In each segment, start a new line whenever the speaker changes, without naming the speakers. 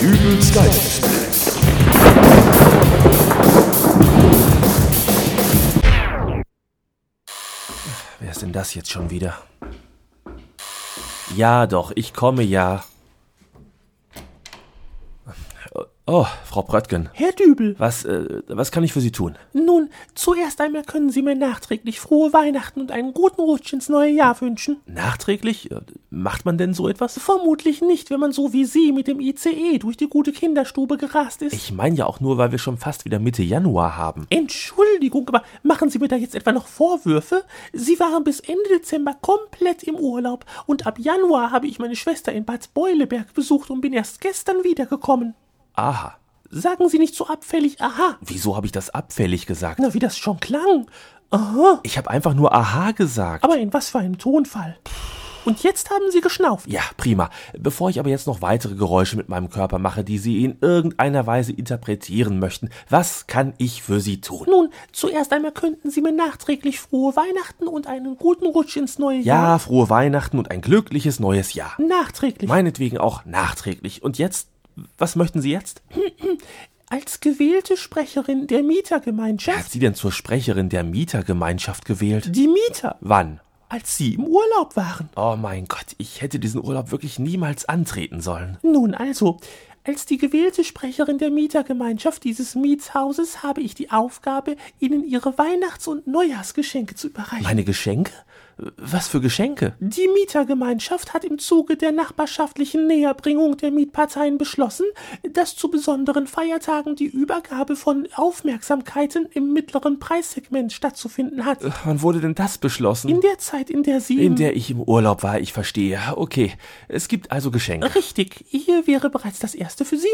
Übelst geil.
Wer ist denn das jetzt schon wieder? Ja, doch, ich komme ja. Oh, Frau Bröttgen,
Herr Dübel,
was, äh, was kann ich für Sie tun?
nun, zuerst einmal können Sie mir nachträglich frohe Weihnachten und einen guten Rutsch ins neue Jahr wünschen.
Nachträglich? Äh, Macht man denn so etwas?
Vermutlich nicht, wenn man so wie Sie mit dem ICE durch die gute Kinderstube gerast ist.
Ich meine ja auch nur, weil wir schon fast wieder Mitte Januar haben.
Entschuldigung, aber machen Sie mir da jetzt etwa noch Vorwürfe? Sie waren bis Ende Dezember komplett im Urlaub und ab Januar habe ich meine Schwester in Bad Beuleberg besucht und bin erst gestern wiedergekommen.
Aha.
Sagen Sie nicht so abfällig, aha,
Wieso habe ich das abfällig gesagt?
na wie das schon klang. Aha,
Ich habe einfach nur aha gesagt.
aber in was für einem Tonfall. Und jetzt haben Sie geschnauft.
Ja, prima. Bevor ich aber jetzt noch weitere Geräusche mit meinem Körper mache, die Sie in irgendeiner Weise interpretieren möchten, was kann ich für Sie tun?
Nun, zuerst einmal könnten Sie mir nachträglich frohe Weihnachten und einen guten Rutsch ins neue Jahr.
Ja, frohe Weihnachten und ein glückliches neues Jahr.
Nachträglich.
Meinetwegen auch nachträglich. Und jetzt, was möchten Sie jetzt?
Als gewählte Sprecherin der Mietergemeinschaft.
Hat Sie denn zur Sprecherin der Mietergemeinschaft gewählt?
Die Mieter,
Wann?
als Sie im Urlaub waren.
Oh mein Gott, ich hätte diesen Urlaub wirklich niemals antreten sollen.
Nun also, als die gewählte Sprecherin der Mietergemeinschaft dieses Mietshauses habe ich die Aufgabe, Ihnen Ihre Weihnachts- und Neujahrsgeschenke zu überreichen.
Meine Geschenke? Was für Geschenke?
Die Mietergemeinschaft hat im Zuge der nachbarschaftlichen Näherbringung der Mietparteien beschlossen, dass zu besonderen Feiertagen die Übergabe von Aufmerksamkeiten im mittleren Preissegment stattzufinden hat.
Wann wurde denn das beschlossen?
In der Zeit, in der Sie
In der ich im Urlaub war, ich verstehe. Okay, es gibt also Geschenke.
Richtig, hier wäre bereits das erste für Sie.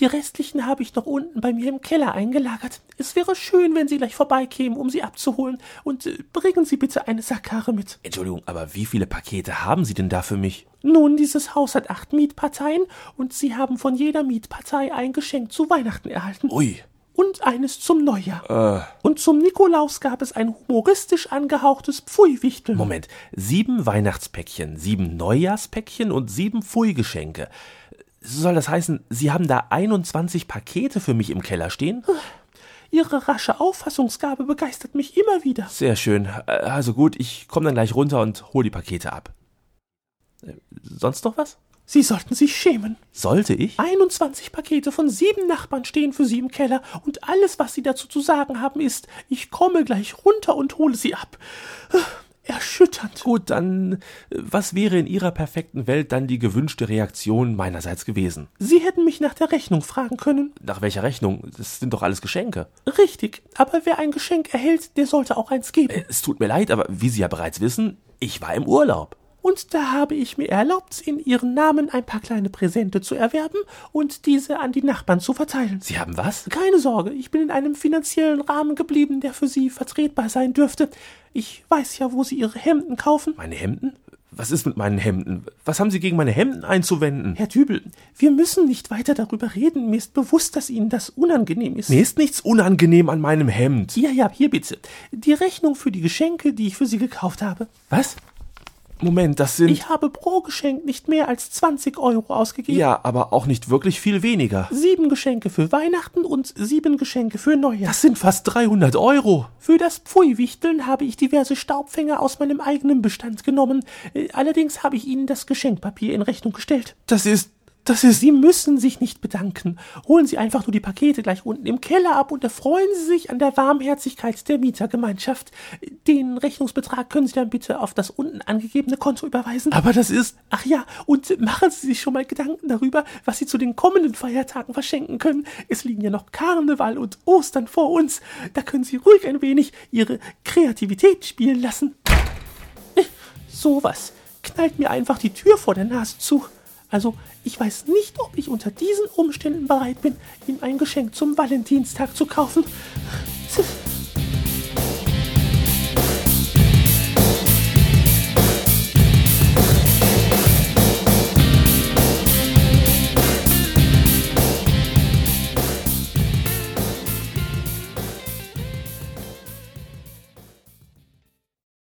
Die restlichen habe ich noch unten bei mir im Keller eingelagert. Es wäre schön, wenn Sie gleich vorbeikämen, um sie abzuholen. Und äh, bringen Sie bitte eine Sackkarre mit.
Entschuldigung, aber wie viele Pakete haben Sie denn da für mich?
Nun, dieses Haus hat acht Mietparteien und Sie haben von jeder Mietpartei ein Geschenk zu Weihnachten erhalten.
Ui, Äh.
Und eines zum Neujahr. Und zum Nikolaus gab es ein humoristisch angehauchtes Pfui-Wichteln.
Moment. Sieben Weihnachtspäckchen, sieben Neujahrspäckchen und sieben Pfui-Geschenke. Soll das heißen, Sie haben da 21 Pakete für mich im Keller stehen?
Ihre rasche Auffassungsgabe begeistert mich immer wieder.
Sehr schön. Äh, Also gut, ich komme dann gleich runter und hol die Pakete ab. Äh, Sonst noch was?
Sie sollten sich schämen.
Sollte ich?
21 Pakete von sieben Nachbarn stehen für Sie im Keller und alles, was Sie dazu zu sagen haben, ist, ich komme gleich runter und hole Sie ab. Erschütternd.
Gut, dann äh, was wäre in Ihrer perfekten Welt dann die gewünschte Reaktion meinerseits gewesen?
Sie hätten mich nach der Rechnung fragen können.
Nach welcher Rechnung? Das sind doch alles Geschenke.
Richtig, aber wer ein Geschenk erhält, der sollte auch eins geben.
Äh, Es tut mir leid, aber wie Sie ja bereits wissen, ich war im Urlaub.
Und da habe ich mir erlaubt, in Ihren Namen ein paar kleine Präsente zu erwerben und diese an die Nachbarn zu verteilen.
Sie haben was?
Keine Sorge, ich bin in einem finanziellen Rahmen geblieben, der für Sie vertretbar sein dürfte. Ich weiß ja, wo Sie Ihre Hemden kaufen.
Meine Hemden? Was ist mit meinen Hemden? Was haben Sie gegen meine Hemden einzuwenden?
Herr Dübel, wir müssen nicht weiter darüber reden. Mir ist bewusst, dass Ihnen das unangenehm ist.
Mir ist nichts unangenehm an meinem Hemd.
Ja, ja, hier bitte. Die Rechnung für die Geschenke, die ich für Sie gekauft habe.
Was? Moment, das sind.
Ich habe pro Geschenk nicht mehr als 20 Euro ausgegeben.
ja, aber auch nicht wirklich viel weniger.
Sieben Geschenke für Weihnachten und sieben Geschenke für Neujahr.
Das sind fast 300 Euro.
Für das Pfui-Wichteln habe ich diverse Staubfänger aus meinem eigenen Bestand genommen. Äh, Allerdings habe ich Ihnen das Geschenkpapier in Rechnung gestellt.
Das ist. Das ist.
Sie müssen sich nicht bedanken. Holen Sie einfach nur die Pakete gleich unten im Keller ab und erfreuen Sie sich an der Warmherzigkeit der Mietergemeinschaft. Den Rechnungsbetrag können Sie dann bitte auf das unten angegebene Konto überweisen.
Aber das ist.
Ach ja, und machen Sie sich schon mal Gedanken darüber, was Sie zu den kommenden Feiertagen verschenken können. Es liegen ja noch Karneval und Ostern vor uns. Da können Sie ruhig ein wenig Ihre Kreativität spielen lassen. Äh, Sowas knallt mir einfach die Tür vor der Nase zu. Also, ich weiß nicht, ob ich unter diesen Umständen bereit bin, ihm ein Geschenk zum Valentinstag zu kaufen. Tch.